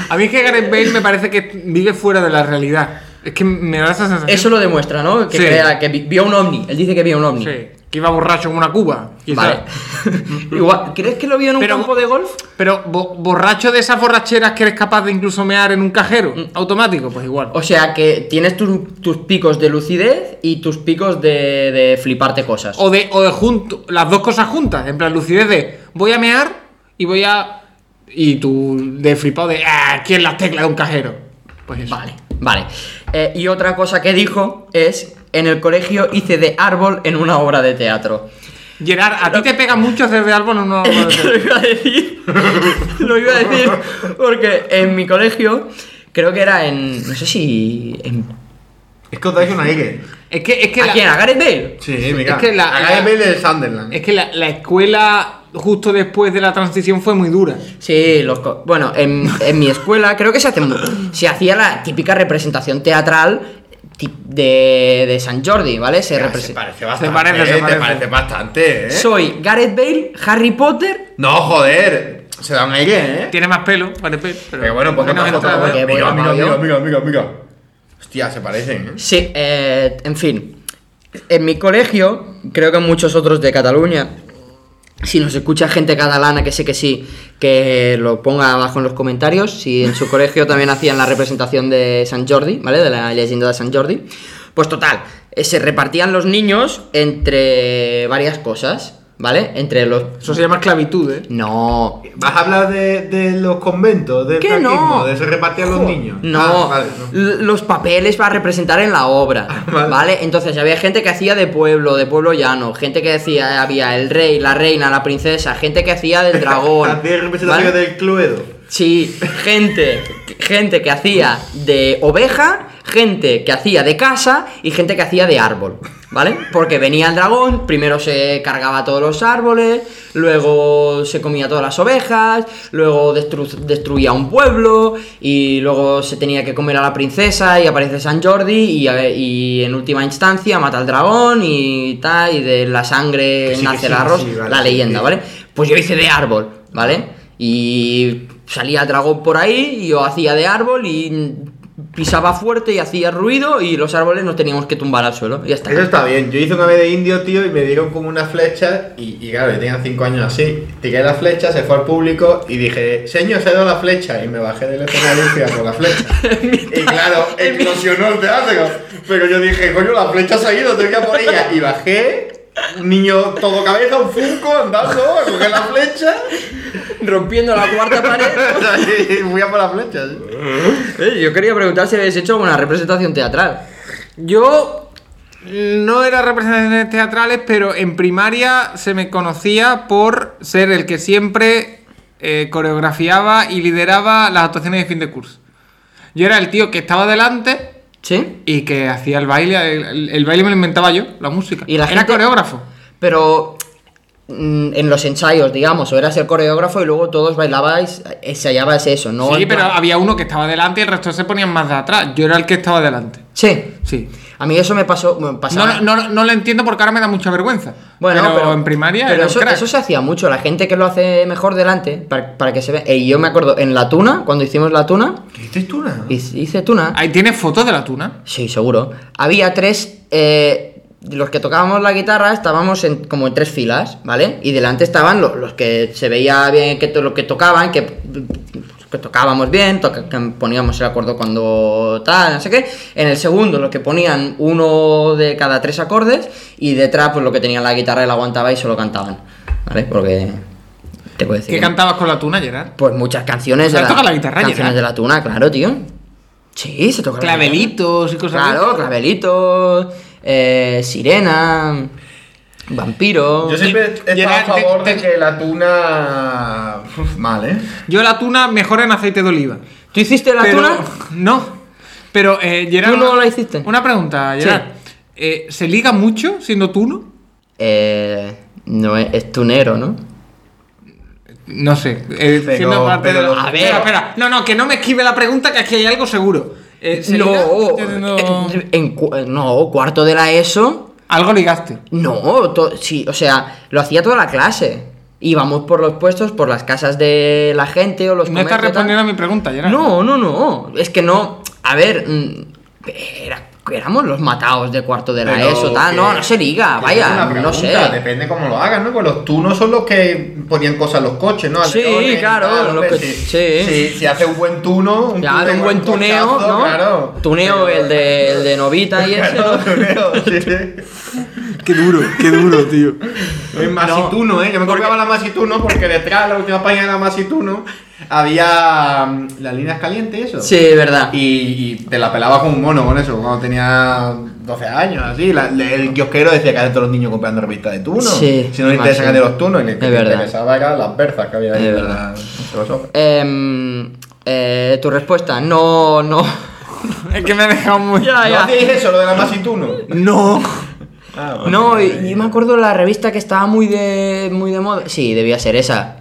S3: A mí es que Gareth Bale me parece que vive fuera de la realidad. Es que me da esa sensación.
S2: Eso lo demuestra, ¿no? Que,
S3: Sí.
S2: crea- que vi- vio un ovni. Él dice que vio un ovni.
S3: Sí, que iba borracho como una cuba. quizá.
S2: Vale. Igual- ¿Crees que lo vio en un
S3: Pero-
S2: campo de golf?
S3: Pero bo- borracho de esas borracheras que eres capaz de incluso mear en un cajero
S2: Mm.
S3: automático, pues igual.
S2: O sea que tienes tus, tus picos de lucidez y tus picos de, de fliparte cosas.
S3: O de, o de junto, las dos cosas juntas, en plan lucidez de voy a mear y voy a. Y tú de flipado de ah, aquí en las teclas de un cajero. Pues eso.
S2: Vale, vale. Eh, y otra cosa que dijo es: en el colegio hice de árbol en una obra de teatro.
S3: Gerard, a ti te pega mucho hacer de árbol en una.
S2: lo iba a decir. lo iba a decir porque en mi colegio, creo que era en. No sé si. En,
S4: Es que os dais una aire.
S3: es que, es que
S2: ¿A
S3: la-
S2: quién? ¿A Gareth Bale?
S4: Sí, mira.
S3: Es que la-
S4: a Gareth
S3: la-
S4: Bale del Sunderland.
S3: Es que la, la escuela justo después de la transición fue muy dura.
S2: Sí, los co- bueno, en, en mi escuela creo que se, hace, mu- se hacía la típica representación teatral ti- de, de San Jordi, ¿vale? Se
S4: Ya, se
S2: representa.
S4: parece bastante.
S3: parece, se
S4: eh,
S3: parece.
S4: Te parece bastante, ¿eh?
S2: Soy Gareth Bale, Harry Potter.
S4: No, joder. Se da un aire, ¿eh?
S3: Tiene más pelo, vale, pe- pero.
S4: Pero bueno, pues no
S3: menos
S4: más
S3: entrada. ¿eh?
S2: porque- voy
S4: Mira, mira,
S2: grabado
S4: mira, mira,
S2: yo.
S4: mira, mira. Hostia, se parecen, ¿eh?
S2: Sí, eh, en fin. En mi colegio, creo que en muchos otros de Cataluña, si nos escucha gente catalana, que sé que sí, que lo ponga abajo en los comentarios, si en su colegio también hacían la representación de San Jordi, ¿vale? De la leyenda de San Jordi. Pues total, eh, se repartían los niños entre varias cosas, ¿Vale? Entre los.
S3: Eso se llama esclavitud, ¿eh?
S2: No.
S4: ¿Vas a hablar de, de los conventos, del
S2: ¿Qué
S4: franquismo,
S2: no?
S4: de se repartir a los niños?
S2: No,
S4: Ah, vale, no. Ah,
S2: l- los papeles para representar en la obra,
S4: vale.
S2: vale. Entonces había gente que hacía de pueblo, de pueblo llano, gente que hacía, había el rey, la reina, la princesa, gente que hacía del dragón.
S4: También representación
S2: ¿vale?
S4: del Cluedo.
S2: Sí, gente, gente que hacía de oveja, gente que hacía de casa y gente que hacía de árbol, ¿vale? Porque venía el dragón, primero se cargaba todos los árboles, luego se comía todas las ovejas, luego destru- destruía un pueblo y luego se tenía que comer a la princesa y aparece San Jordi y, a ver- y en última instancia mata al dragón y tal, y de la sangre
S4: Que sí, que
S2: nace
S4: sí,
S2: el
S4: que
S2: arroz,
S4: sí, vale,
S2: la
S4: sí,
S2: leyenda,
S4: sí.
S2: ¿vale? Pues yo hice de árbol, ¿vale? Y salía el dragón por ahí, y yo hacía de árbol y pisaba fuerte y hacía ruido y los árboles nos teníamos que tumbar al suelo. Y ya está.
S4: Eso está bien. Yo hice una vez de indio, tío, y me dieron como una flecha. Y, y claro, yo tenía 5 años así. Tiré la flecha, se fue al público y dije, señor, se ha dado la flecha. Y me bajé del escenario y fui a por la flecha. y claro, explosionó el teatro. Pero yo dije, coño, la flecha se ha ido, tengo que ir a por ella. Y bajé. Un niño todo cabeza, un funko andando, a coger la flecha.
S2: Rompiendo la cuarta pared.
S4: y fui a por la flecha. ¿sí?
S2: Eh, yo quería preguntar si habéis hecho alguna representación teatral.
S3: Yo no era representaciones teatrales, pero en primaria se me conocía por ser el que siempre eh, coreografiaba y lideraba las actuaciones de fin de curso. Yo era el tío que estaba delante
S2: ¿Sí?
S3: y que hacía el baile. El, el baile me lo inventaba yo, la música.
S2: Y la
S3: era
S2: gente-
S3: coreógrafo.
S2: Pero mm, en los ensayos, digamos, o eras el coreógrafo y luego todos bailabais, eh, ensayabais eso, ¿no?
S3: sí,
S2: En
S3: pero
S2: plan-
S3: había uno que estaba delante y el resto se ponían más de atrás. Yo era el que estaba delante.
S2: Sí.
S3: Sí.
S2: A mí eso me pasó... me
S3: No,
S2: pasaba-
S3: no, no, no lo entiendo porque ahora me da mucha vergüenza.
S2: Bueno,
S3: pero,
S2: pero,
S3: en primaria
S2: pero
S3: era un
S2: eso,
S3: crack.
S2: eso se hacía mucho. La gente que lo hace mejor delante, para, para que se vea. Y yo me acuerdo, en la tuna, cuando hicimos la tuna,
S4: ¿Qué dices tú, nada?
S2: hice hice tuna.
S3: Ahí tienes fotos de la tuna.
S2: Sí, seguro. Había tres. eh, de los que tocábamos la guitarra estábamos en, como en tres filas, ¿vale? Y delante estaban lo- los que se veía bien que to- lo que tocaban, que, que tocábamos bien, toca- que poníamos el acuerdo cuando tal, no sé qué. En el segundo, los que ponían uno de cada tres acordes, y detrás, pues lo que tenían la guitarra y la aguantaba y solo cantaban, ¿vale? Porque. Te puedo decir.
S3: ¿Qué
S2: que-
S3: cantabas con la tuna, Gerard?
S2: Pues muchas canciones.
S3: O sea,
S2: de
S3: toca la guitarra,
S2: Canciones
S3: Gerard.
S2: de la tuna, claro, tío. Sí, se toca la guitarra.
S3: Clavelitos y cosas
S2: Claro, clavelito, eh, sirena, vampiro.
S4: Yo siempre he estado a
S3: Llenar- te-
S4: favor de
S3: te-
S4: que la tuna. Uf, mal, ¿eh?
S3: Yo la tuna mejor en aceite de oliva.
S2: ¿Tú hiciste la
S3: Pero-
S2: tuna?
S3: No. Pero, eh, Gerard.
S2: ¿Tú no
S3: una-
S2: la hiciste?
S3: Una pregunta, Gerard. Eh, ¿Se liga mucho siendo tuno?
S2: Eh, no es, es tunero, ¿no?
S3: No sé. eh,
S4: Pero-
S3: siendo parte
S4: pero
S3: de
S4: los-
S3: la...
S2: A ver.
S3: Espera, espera. No, no, que no me esquive la pregunta, que aquí hay algo seguro. Eh, ¿se liga?
S2: No, Eh,
S3: Yo no-
S2: en- en cu- no, cuarto de la ESO.
S3: Algo ligaste.
S2: No, to- sí, o sea, lo hacía toda la clase. Íbamos por los puestos, por las casas de la gente o los
S3: No estás
S2: comercios, tal.
S3: respondiendo a mi pregunta, Gerard.
S2: No, no, no. Es que no. A ver, mm, era- éramos los matados de cuarto de la
S4: Pero
S2: ESO, tal.
S4: que-
S2: No, no se liga,
S4: que es
S2: vaya,
S4: una
S2: no sé.
S4: pregunta, Depende cómo lo hagas, ¿no? Pues los tunos son los que ponían cosas en los coches, ¿no?
S2: Sí,
S4: Alerones,
S2: claro,
S4: tal,
S2: los
S4: pues,
S2: que-
S4: si-
S2: sí.
S4: Si, si hace un buen tuno, un,
S2: Ya,
S4: tune-
S2: un buen tuneo,
S4: cochazo,
S2: ¿no?
S4: Claro.
S2: Tuneo, el de, el de Novita y ese, ¿no?
S4: Claro, tuneo, sí.
S3: Qué duro, qué duro, tío.
S4: El masituno, ¿eh? Yo me copiaba la masituno porque detrás, la última página de la masituno, había mm, las líneas calientes y eso.
S2: Sí, es verdad.
S4: Y, y te la pelabas como un mono con eso, cuando tenía 12 años, así. La- le- el kiosquero decía que eran todos los niños comprando revistas de tuno.
S2: Sí,
S4: si no le
S2: me
S4: interesan
S2: imagino.
S4: de los tunos, y le
S2: Es
S4: que le
S2: verdad.
S4: interesaba eran las berzas que había ahí
S2: Es
S4: en
S2: verdad.
S4: la- entre los ojos.
S2: Em, eh, tu respuesta, no, no.
S3: Es que me ha dejado muy.
S2: Ya,
S4: ¿No
S2: ya.
S4: hacíais eso, lo de la masituno?
S3: No.
S4: Ah, bueno.
S2: No, y- yo me acuerdo de la revista que estaba muy de muy de moda. Sí, debía ser esa.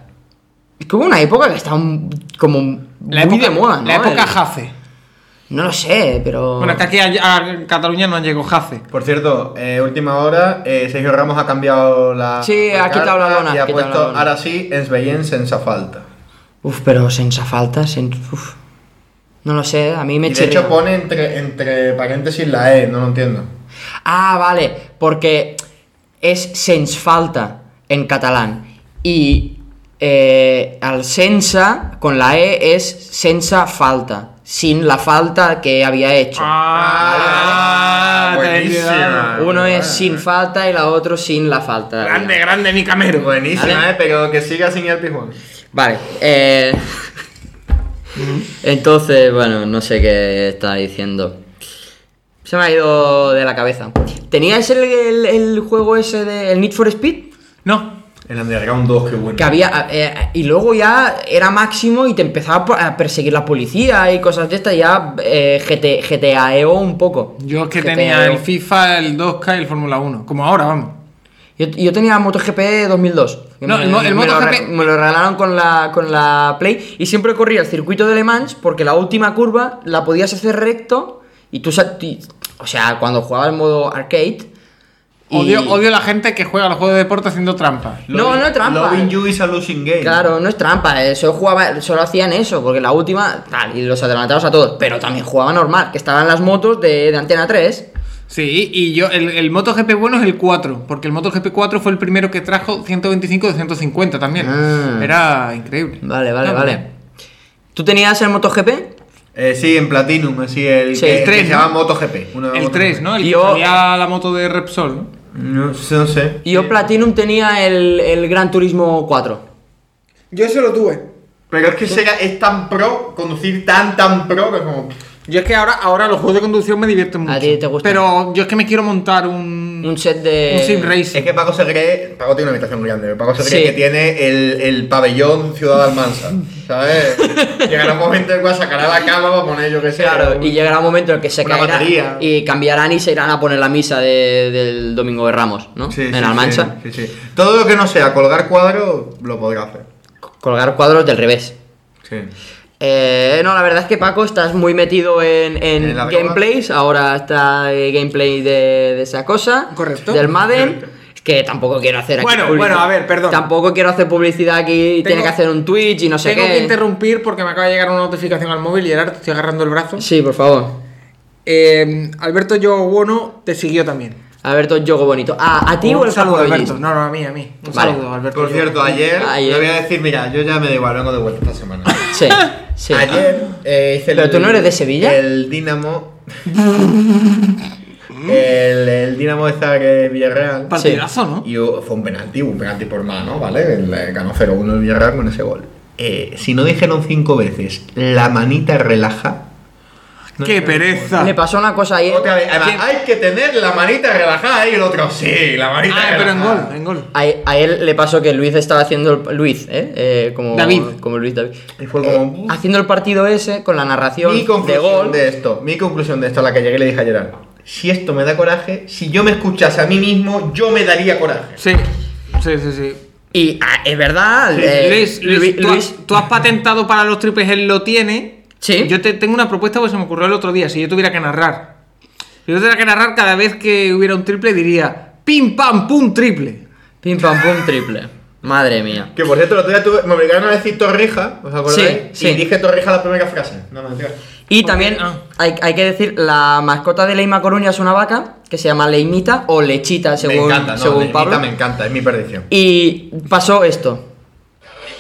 S2: Es que hubo una época que estaba un- como
S3: La
S2: muy
S3: época,
S2: de moda, ¿no?
S3: La época
S2: El-
S3: Jace.
S2: No lo sé, pero.
S3: Bueno, es que aquí a, a Cataluña no llegó Jace.
S4: Por cierto, eh, última hora, eh, Sergio Ramos ha cambiado la.
S2: Sí,
S4: la
S2: ha quitado la
S4: carta
S2: lona,
S4: Y ha
S2: ha quitado la
S4: puesto,
S2: lona.
S4: ahora sí, es Beyen senza falta.
S2: Uf, pero senza falta, sen- uf. No lo sé, a mí me
S4: Y de hecho
S2: chirría.
S4: pone entre, entre paréntesis la E, no lo entiendo.
S2: Ah, vale, porque es sens falta en catalán. Y eh, al sensa, con la E, es sensa falta. Sin la falta que había hecho.
S4: Ah,
S3: te he Ah,
S4: buenísima.
S3: ayudado.
S4: buena.
S2: Uno
S4: muy
S2: es
S4: buena.
S2: sin falta y la otro sin la falta.
S3: Grande, grande mi camero.
S4: Buenísima,
S2: Vale.
S4: eh, pero que siga sin el pijón.
S2: Vale, eh, entonces, bueno, no sé qué está diciendo. Se me ha ido de la cabeza. ¿Teníais el, el- el juego ese de el Need for Speed?
S3: No.
S4: El Underground 2, qué bueno.
S2: Que había. eh, y luego ya era máximo y te empezaba por- a perseguir la policía y cosas de estas. Ya eh, GT, GTAEO un poco.
S3: Yo es que
S2: GTAEO.
S3: tenía el FIFA, el 2K y el Fórmula 1. Como ahora, vamos.
S2: Yo, yo tenía MotoGP 2002. que
S3: No, el mo- el
S2: lo
S3: MotoGP
S2: re- me lo regalaron con la, con la Play y siempre corría el circuito de Le Mans porque la última curva la podías hacer recto y tú... sa- y- o sea, cuando jugaba el modo arcade... y-
S3: Odio, odio la gente que juega los juegos de deporte haciendo trampa.
S2: No, no es trampa.
S4: Loving you is a losing game.
S2: Claro, no es trampa, eh, solo, jugaba, solo hacían eso, porque la última, tal, y los adelantados a todos, pero también jugaba normal, que estaban las motos de, de Antena 3.
S3: Sí, y yo, el, el MotoGP bueno es el 4, porque el MotoGP 4 fue el primero que trajo 125 de 150 también.
S2: Ah.
S3: Era increíble.
S2: Vale, vale,
S3: No,
S2: vale. ¿Tú tenías el MotoGP?
S4: Eh, sí, en Platinum, así el,
S2: Sí,
S4: que,
S2: el
S4: el que
S3: 3,
S4: se
S3: ¿no?
S4: llama MotoGP. una
S3: El
S4: MotoGP.
S3: 3, ¿no? El que
S2: Yo-
S3: salía la moto de Repsol, ¿no?
S4: No sé, no sé.
S2: Y yo Platinum tenía el, el Gran Turismo 4.
S6: Yo eso lo tuve.
S4: Pero es que Sega es tan pro, conducir tan, tan pro, que es como...
S3: Yo es que ahora, ahora los juegos de conducción me divierten mucho.
S2: ¿A ti te gusta?
S3: Pero yo es que me quiero montar un,
S2: Un set de.
S3: un sim racing.
S4: Es que Paco se cree, Paco tiene una habitación grande, pero Paco se cree
S2: Sí.
S4: que tiene el, el pabellón Ciudad Almansa, ¿sabes? Llegará un momento en el cual sacará la cama para poner yo que sé.
S2: Claro,
S4: un-
S2: y llegará un momento en el que se
S4: Una
S2: caerá
S4: batería.
S2: y cambiarán y se irán a poner la misa de- del Domingo de Ramos, ¿no?
S4: Sí,
S2: en
S4: sí,
S2: Almansa.
S4: Sí, sí, sí. Todo lo que no sea colgar cuadro, lo podrá hacer.
S2: Colgar cuadros del revés.
S4: Sí.
S2: Eh, no, la verdad es que Paco estás muy metido en, en
S4: En la broma.
S2: gameplays. Ahora está eh, gameplay de, de esa cosa.
S3: Correcto.
S2: Del Madden. Que tampoco quiero hacer aquí.
S3: Bueno,
S2: publicidad.
S3: bueno, a ver, perdón.
S2: Tampoco quiero hacer publicidad aquí. tiene que hacer un Twitch y no sé
S3: Tengo
S2: qué.
S3: que interrumpir porque me acaba de llegar una notificación al móvil y ahora te estoy agarrando el brazo.
S2: Sí, por favor.
S3: Eh, Alberto Yogobono te siguió también.
S2: Alberto Yogo Bonito. Ah, ¿A, a ti o
S3: un
S2: el
S3: saludo,
S2: Paco Bellis?
S3: Alberto. No, no, a mí, a mí. Un
S2: Vale.
S3: saludo, Alberto.
S4: Por cierto, ayer,
S2: Ayer.
S4: le voy a decir, mira, yo ya me da igual, vengo de vuelta esta semana.
S2: Sí, sí.
S4: Ayer eh, hice
S2: ¿Pero tú no eres de Sevilla?
S4: El Dinamo. el, el Dinamo de Zagreb Villarreal.
S3: Partidazo, ¿no?
S4: Y hubo- fue un penalti, un penalti por mano, ¿vale? El, eh, ganó 0-1 el Villarreal con ese gol. Eh, si no dijeron cinco veces, la manita relaja. no
S3: ¡Qué
S4: dijeron
S3: pereza!
S2: Me pasó una cosa ayer.
S4: Ah. Otra vez, además,
S3: ¿Quién?
S4: hay que tener la manita relajada y el otro, sí, la manita
S3: Ah,
S4: relajada.
S3: pero en gol, en gol.
S2: A, a él le pasó que Luis estaba haciendo el, Luis, ¿eh? Eh, como
S3: David.
S2: como Luis David.
S4: Y fue como,
S2: Eh, haciendo el partido ese con la narración
S4: Mi
S2: de
S4: conclusión
S2: gol.
S4: de, esto, mi conclusión de esto a la que llegué y le dije a Gerard, si esto me da coraje, si yo me escuchase a mí mismo, yo me daría coraje.
S3: Sí, sí, sí, sí.
S2: Y ah, es verdad, eh,
S3: Luis, Luis,
S2: Luis-
S3: tú,
S2: Luis-
S3: Has, tú has patentado para los triples, él lo tiene.
S2: Sí.
S3: Yo te tengo una propuesta que se me ocurrió el otro día, si yo tuviera que narrar. Si yo tuviera que narrar cada vez que hubiera un triple, diría, pim, pam, pum, triple.
S2: pim pam pum triple. Madre mía.
S4: Que por cierto, el otro día tuve- me obligaron a decir Torrija, ¿os acordáis?
S2: Sí,
S4: Y
S2: sí.
S4: dije Torrija la primera frase. No, no, mentira.
S2: Y también
S3: ah.
S2: hay, hay que decir, la mascota de Leima Coruña es una vaca que se llama Leimita o Lechita, según,
S4: me encanta, no,
S2: según
S4: Leimita
S2: Pablo.
S4: me encanta, es mi perdición.
S2: Y pasó esto.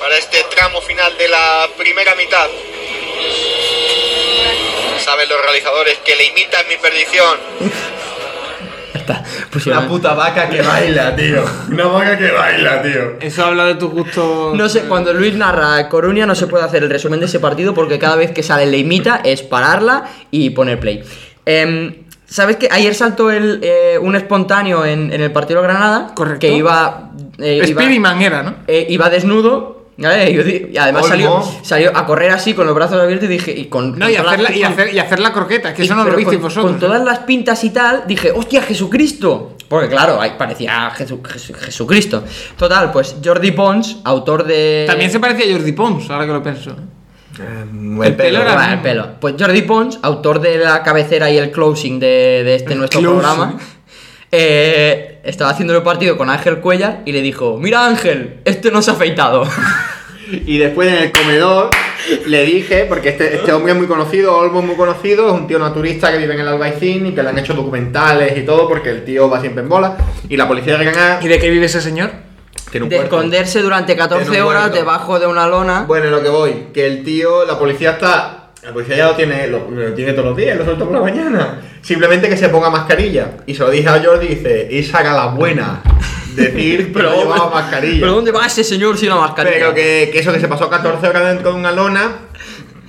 S7: para este tramo final de la primera mitad. Saben los realizadores que le imitan mi perdición.
S2: Ya está. Pusieron-
S4: Una puta vaca que baila, tío. Una vaca que baila, tío.
S3: Eso habla de tus gustos.
S2: No sé, cuando Luis narra Coruña no se puede hacer el resumen de ese partido porque cada vez que sale la imita es pararla y poner play. Em, ¿Sabes que ayer saltó el, eh, un espontáneo en, en el partido de Granada?
S3: Correcto.
S2: Que iba, eh, iba,
S3: Spiderman era, ¿no?
S2: eh, iba desnudo. ¿vale? Y yo di- Y además salió,
S4: Olmo.
S2: salió a correr así con los brazos abiertos y dije. Y con,
S3: No,
S2: con
S3: y
S2: todas
S3: hacer, la,
S2: las-
S3: y,
S2: con-
S3: hacer, y hacer la croqueta, que
S2: y-
S3: eso no lo
S2: pero
S3: visteis
S2: con,
S3: vosotros. ¿eh?
S2: Con todas las pintas y tal, dije, hostia, Jesucristo. Porque claro, ahí parecía Jesu- Jesu- Jesucristo. Total, pues Jordi Pons, autor de.
S3: También se parecía a Jordi Pons, ahora que lo pienso. ¿eh?
S4: El,
S3: El pelo era-
S2: Bueno, el pelo. Pues Jordi Pons, autor de la cabecera y el closing de, de este nuestro
S3: closing.
S2: programa, eh, estaba haciendo el partido con Ángel Cuellar y le dijo: Mira, Ángel, este no se ha afeitado.
S4: Y después en el comedor le dije, porque este, este hombre es muy conocido, Olmo es muy conocido, es un tío naturista que vive en el Albaicín y que le han hecho documentales y todo, porque el tío va siempre en bola. Y la policía de Granada
S3: ¿Y de qué vive ese señor?
S4: tiene un
S2: De
S4: puerto.
S2: esconderse durante
S4: Tiene
S2: 14
S4: un
S2: horas
S4: huerto.
S2: debajo de una lona.
S4: Bueno, en lo que voy, que el tío, la policía está La policía ya lo tiene, lo, lo tiene todos los días, lo suelto por la mañana. Simplemente que se ponga mascarilla. Y se lo dije a Jordi, dice, es haga la buena decir que no llevaba mascarilla.
S2: ¿Pero dónde va ese señor sin una mascarilla?
S4: Pero que, que eso que se pasó 14 horas dentro de una lona,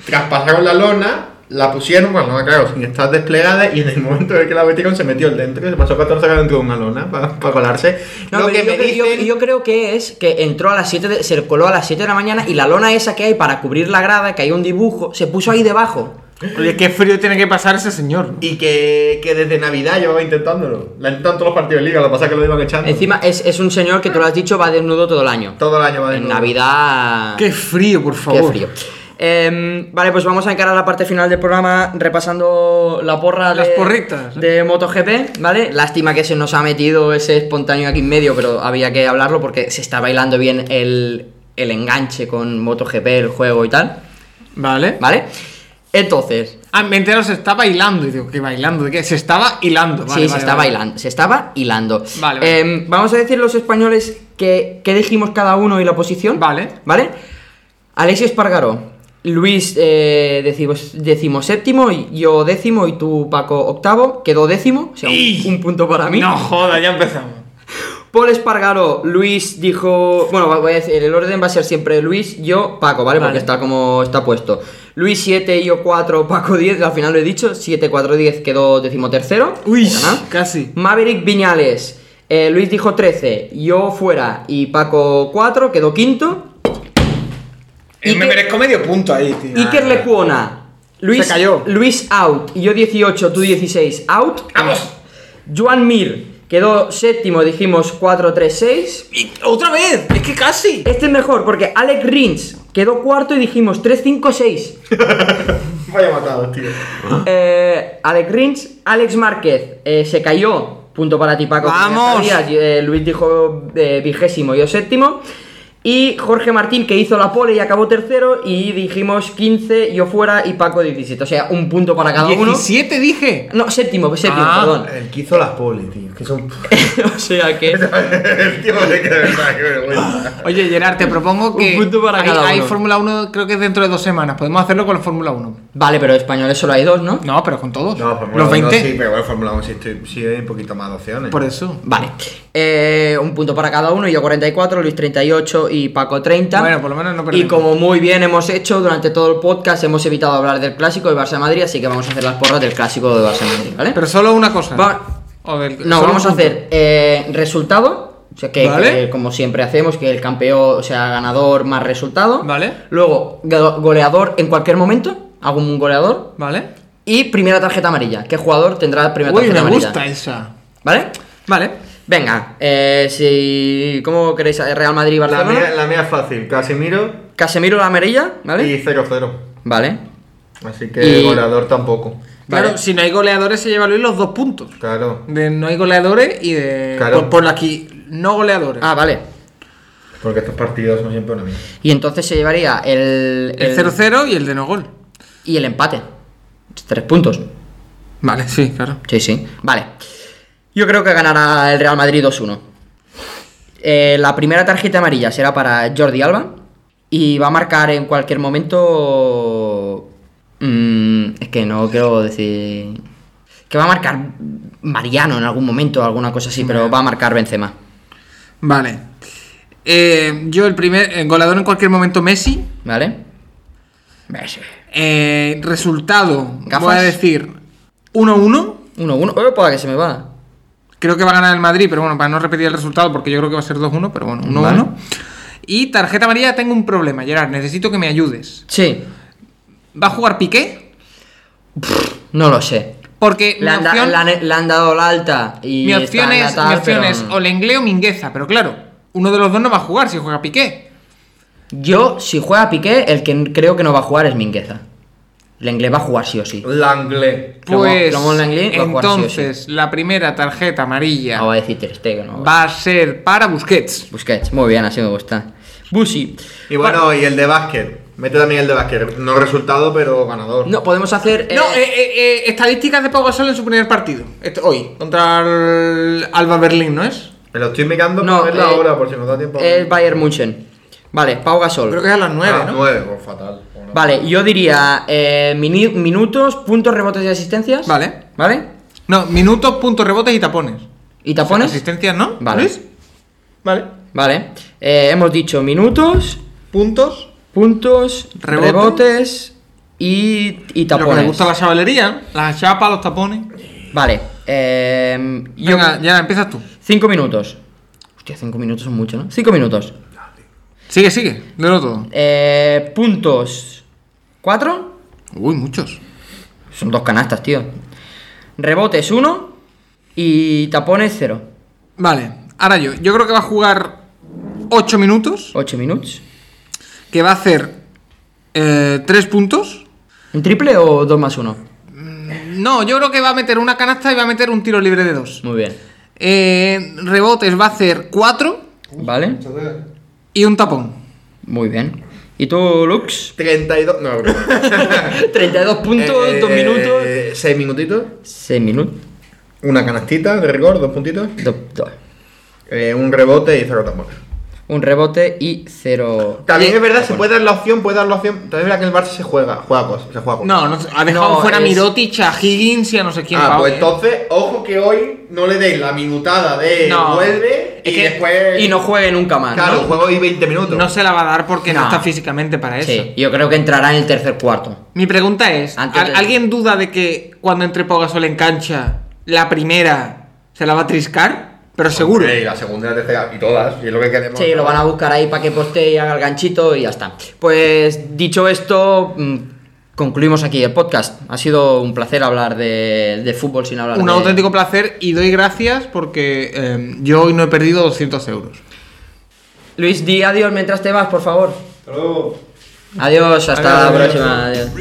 S4: traspasaron la lona, la pusieron, bueno, no, claro, sin estar desplegada, y en el momento en que la metieron se metió el dentro y se pasó 14 horas dentro de una lona para colarse.
S2: No,
S4: Lo
S2: pero
S4: que
S2: yo,
S4: me
S2: creo- yo-
S4: dicen-
S2: yo creo que es que entró a las 7, de- se coló a las 7 de la mañana y la lona esa que hay para cubrir la grada, que hay un dibujo, se puso ahí debajo.
S3: Oye, qué frío tiene que pasar ese señor.
S4: Y que, que desde Navidad llevaba intentándolo. La intentan todos los partidos de liga, lo que pasa es que lo iban echando.
S2: Encima es, es un señor que tú lo has dicho, va desnudo todo el año.
S4: todo el año va de
S2: En
S4: nuevo.
S2: Navidad...
S3: Qué frío, por
S2: Qué
S3: favor.
S2: frío. Em, vale, pues vamos a encarar la parte final del programa repasando la porra
S3: Las
S2: de,
S3: porritas, ¿eh?
S2: de MotoGP, ¿vale? Lástima que se nos ha metido ese espontáneo aquí en medio, pero había que hablarlo porque se está bailando bien el, el enganche con MotoGP, el juego y tal,
S3: Vale.
S2: ¿vale? Entonces,
S3: Ah, me entero, se está bailando. Y digo, ¿qué bailando? ¿De qué? Se estaba hilando. Vale,
S2: sí, se
S3: vale,
S2: está
S3: vale.
S2: bailando, se estaba hilando.
S3: Vale, vale.
S2: Em, vamos a decir los españoles que, que dijimos cada uno y la posición.
S3: Vale.
S2: ¿Vale? Alexis Espargaró. Luis eh, decimos, séptimo, yo décimo y tú Paco octavo, quedó décimo, o sea,
S3: ¡Y!
S2: un, un punto para mí.
S3: No joda, ya empezamos.
S2: Paul Espargaró, Luis dijo, bueno, va- voy a decir, el orden va a ser siempre Luis, yo Paco, ¿vale? Porque
S3: Vale.
S2: está como está puesto. Luis 7, yo 4, Paco 10, al final lo he dicho, 7, 4, 10 quedó decimotercero. Pues
S3: Uy,
S2: Ganado.
S3: casi.
S2: Maverick Viñales. eh, Luis dijo 13, yo fuera y Paco 4, quedó quinto.
S3: Eh, me
S2: que-
S3: merezco medio punto ahí, tío.
S2: Iker Lecuona. Luis,
S3: Se cayó.
S2: Luis out. Y yo 18, tú 16. Out.
S3: Vamos.
S2: Juan Mir. Quedó séptimo, dijimos 4-3-6.
S3: Y- ¡Otra vez! ¡Es que casi!
S2: Este es mejor porque Alec Rins quedó cuarto y dijimos 3-5-6.
S4: Vaya matado, tío.
S2: Eh, Alex Rins, Alex Márquez eh, se cayó. Punto para ti, Paco. que ya
S3: ¡Vamos!
S2: sabías, y, eh, Luis dijo eh, vigésimo, yo séptimo. Y Jorge Martín, que hizo la pole y acabó tercero. Y dijimos 15, yo fuera y Paco 17. O sea, un punto para cada uno.
S3: 17 Ah, dije.
S2: No, séptimo, séptimo,
S3: Ah,
S2: perdón.
S4: El que hizo las polis, tío. Que son.
S2: o sea que.
S4: el tío de que de verdad, qué vergüenza.
S3: Oye, Gerard, te propongo que.
S2: Un punto para
S3: hay,
S2: cada
S3: hay
S2: uno.
S3: Fórmula 1, creo que es dentro de dos semanas. Podemos hacerlo con la Fórmula 1.
S2: Vale, pero españoles solo hay dos, ¿no?
S3: No, pero con todos.
S4: No, Fórmula
S3: Los
S4: 1
S3: 20.
S4: sí, pero bueno, Fórmula 1 sí, estoy- sí hay un poquito más de opciones.
S3: Por eso.
S2: Vale. Eh, un punto para cada uno, yo 44, Luis 38 y Paco 30.
S3: Bueno, por lo menos no
S2: Y
S3: perdemos.
S2: como muy bien hemos hecho durante todo el podcast, hemos evitado hablar del clásico de Barça Madrid, así que vamos a hacer las porras del clásico de Barça Madrid, ¿vale?
S3: Pero solo una cosa.
S2: Va-
S3: O del-
S2: no,
S3: solo
S2: vamos a
S3: un punto.
S2: hacer eh, resultado. O sea, que,
S3: Vale.
S2: que como siempre hacemos, que el campeón, o sea, ganador más resultado.
S3: Vale.
S2: Luego, go- goleador en cualquier momento. Hago un goleador.
S3: Vale.
S2: Y primera tarjeta amarilla. ¿Qué jugador tendrá primera
S3: Uy,
S2: tarjeta
S3: me
S2: amarilla?
S3: gusta esa.
S2: ¿Vale?
S3: Vale.
S2: Venga, eh, si. ¿Cómo queréis? eh, Real Madrid,
S4: La
S2: Barcelona.
S4: mía, la mía es fácil: Casimiro
S2: Casemiro la amarilla, ¿vale?
S4: y 0-0.
S2: Vale.
S4: Así que
S2: Y-
S4: goleador tampoco.
S3: Claro,
S2: Vale.
S3: si no hay goleadores, se lleva Luis los dos puntos.
S4: Claro.
S3: De no hay goleadores y de.
S4: Claro.
S3: Por, por aquí, no goleadores.
S2: Ah, vale.
S4: Porque estos partidos son siempre una mierda.
S2: Y entonces se llevaría el.
S3: el 0-0 y el de no gol.
S2: Y el empate. Tres puntos.
S3: Vale, sí, claro.
S2: Sí, sí. Vale. Yo creo que ganará el Real Madrid 2-1. Eh, la primera tarjeta amarilla será para Jordi Alba. Y va a marcar en cualquier momento. mm, es que no quiero decir. Que va a marcar Mariano en algún momento, alguna cosa así, pero va a marcar Benzema.
S3: Vale. Eh, yo, el primer. el goleador en cualquier momento, Messi.
S2: ¿Vale?
S3: Eh, resultado,
S2: Gafas.
S3: voy a decir 1-1.
S2: 1-1. ¡Epa! Oh, Que se me va.
S3: Creo que va a ganar el Madrid, pero bueno, para no repetir el resultado, porque yo creo que va a ser 2-1, pero bueno, 1-1.
S2: Vale.
S3: Y tarjeta amarilla, tengo un problema, Gerard, necesito que me ayudes.
S2: Sí,
S3: ¿Va a jugar Piqué?
S2: no lo sé.
S3: Porque
S2: Le
S3: mi
S2: han, da-
S3: opción,
S2: le han- le han dado la alta y.
S3: mi
S2: está
S3: opción
S2: en la
S3: es,
S2: tal,
S3: mi opción
S2: pero-
S3: es o Lenglet o Mingueza, pero claro, uno de los dos no va a jugar si juega Piqué.
S2: Yo, si juega Piqué, el que creo que no va a jugar es Mingueza. Lenglet va a jugar sí o sí.
S4: Langlais.
S3: Pues
S2: Ramón Lenglet va a jugar sí Ah, o sí.
S3: entonces, la primera tarjeta amarilla
S2: No va a decir Ter Stegen, ¿no?
S3: va a ser para Busquets.
S2: Busquets, muy bien, así me gusta. Busi.
S4: Y bueno, y el de básquet. Mete también el de básquet. No resultado, pero ganador.
S2: No, podemos hacer. eh,
S3: No, eh, eh, eh, estadísticas de Pau Gasol en su primer partido. Este- hoy, contra el Alba Berlín, ¿no es?
S4: Me lo estoy mirando
S2: No,
S4: para verlo
S2: eh,
S4: ahora, por si nos da tiempo.
S2: Es eh, Bayern München. Vale, Pau Gasol.
S3: Creo que es a las 9,
S4: Ah,
S3: ¿no?
S4: nueve, pues fatal. pues no.
S2: Vale, yo diría eh, mini- minutos, puntos, rebotes y asistencias.
S3: Vale.
S2: ¿Vale?
S3: No, minutos, puntos, rebotes y tapones.
S2: ¿Y tapones?
S3: Asistencias, ¿no?
S2: Vale.
S3: Luis? Vale.
S2: Vale. Eh, hemos dicho minutos,
S3: Puntos.
S2: puntos,
S3: Rebote.
S2: rebotes y, y
S3: Lo que
S2: tapones.
S3: le gusta a la chavalería. Las chapas, los tapones.
S2: Vale. eh, yo
S3: Venga, ya empiezas tú.
S2: Cinco minutos. Hostia, cinco minutos son mucho, ¿no? Cinco minutos.
S3: Sigue, sigue. Delo todo.
S2: Eh, puntos. Cuatro.
S3: Uy, muchos.
S2: Son dos canastas, tío. Rebotes uno. Y tapones cero.
S3: Vale. Ahora yo. Yo creo que va a jugar 8 minutos.
S2: Ocho minutos.
S3: Que va a hacer 3 puntos.
S2: ¿Un triple o dos más uno?
S3: No, yo creo que va a meter una canasta y va a meter un tiro libre de 2.
S2: Muy bien.
S3: rebotes va a hacer 4
S2: ¿Vale?
S3: y un tapón.
S2: Muy bien. ¿Y tú, Lux?
S4: 32. No, bro.
S2: 32 puntos,
S4: Eh,
S2: dos minutos.
S4: 6 minutitos.
S2: 6 minutos.
S4: Una canastita de rigor, dos puntitos.
S2: dos- dos.
S4: eh, un rebote y cero tambor.
S2: Un rebote y cero.
S4: También
S2: Y-
S4: es verdad, se puede dar la opción, puede dar la opción. También es verdad que el Barça se juega, juega cosas, se juega cosas.
S3: No, no sé, ha dejado
S2: No,
S3: fuera
S2: es-
S3: a Mirotic, a Higgins y a no sé quién.
S4: Ah,
S3: Pau,
S4: pues
S3: eh.
S4: entonces, ojo que hoy no le deis la minutada de
S3: No.
S4: vuelve y
S3: Es que-
S4: después.
S2: Y no juegue nunca más. ¿no?
S4: Claro, juego hoy 20 minutos.
S3: No se la va a dar porque no,
S2: No.
S3: está físicamente para eso.
S2: Sí, yo creo que entrará en el tercer cuarto.
S3: Mi pregunta es,
S2: Antes
S3: ¿al-
S2: de-
S3: ¿alguien duda de que cuando entre Pau Gasol en cancha, la primera se la va a triscar? Pero seguro.
S4: Sí, la segunda y la tercera y todas. Y es lo que queremos.
S2: Sí, lo van a buscar ahí para que postee y haga el ganchito y ya está. Pues dicho esto, mm, concluimos aquí el podcast. Ha sido un placer hablar de, de fútbol sin hablar
S3: Un
S2: de-
S3: auténtico placer y doy gracias porque eh, yo hoy no he perdido 200 euros.
S2: Luis, di adiós mientras te vas, por favor. Adiós, hasta la próxima. Adiós.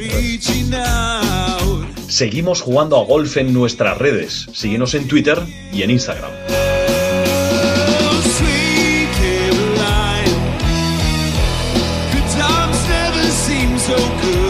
S1: Seguimos jugando a golf en nuestras redes. Síguenos en Twitter y en Instagram.
S8: Oh, Good times never seem so good.